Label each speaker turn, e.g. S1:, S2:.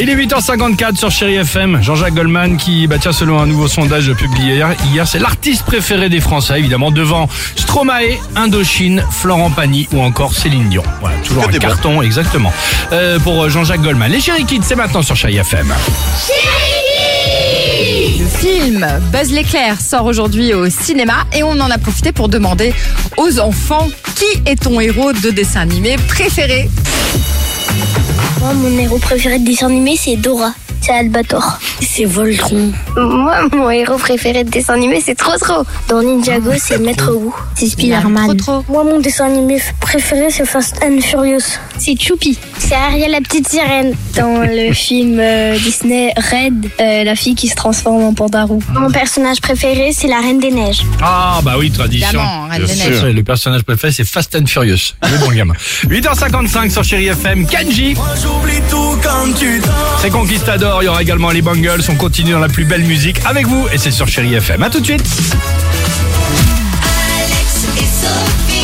S1: Il est 8h54 sur Chéri FM. Jean-Jacques Goldman qui, bah tiens, selon un nouveau sondage publié hier, hier c'est l'artiste préféré des Français, évidemment, devant Stromae, Indochine, Florent Pagny ou encore Céline Dion. Voilà, toujours un
S2: des bons.
S1: carton, exactement. Euh, pour Jean-Jacques Goldman. Les Chéri Kids, c'est maintenant sur Chéri FM.
S3: Le film Buzz l'éclair sort aujourd'hui au cinéma et on en a profité pour demander aux enfants qui est ton héros de dessin animé préféré.
S4: Moi, mon héros préféré de dessin animé, c'est Dora. C'est Albator.
S5: C'est Voltron.
S4: Moi, mon héros préféré de dessin animé, c'est trop trop. Dans Ninjago, c'est Maître Wu. C'est
S3: Trop trop.
S4: Moi, mon dessin animé préféré, c'est Fast and Furious. C'est Choupi. C'est Ariel, la petite sirène. Dans le film euh, Disney Red, euh, la fille qui se transforme en pandarou. Mon personnage préféré, c'est la Reine des Neiges.
S1: Ah, bah oui, tradition.
S3: Évidemment, Reine
S1: Bien
S3: des
S1: sûr. Le personnage préféré, c'est Fast and Furious. Le bon gamin. 8h55 sur Chéri FM. Kanji. C'est Conquistador. Il y aura également les Bangles. On continue dans la plus belle musique avec vous. Et c'est sur Chéri FM. À tout de suite.
S6: Alex et Sophie.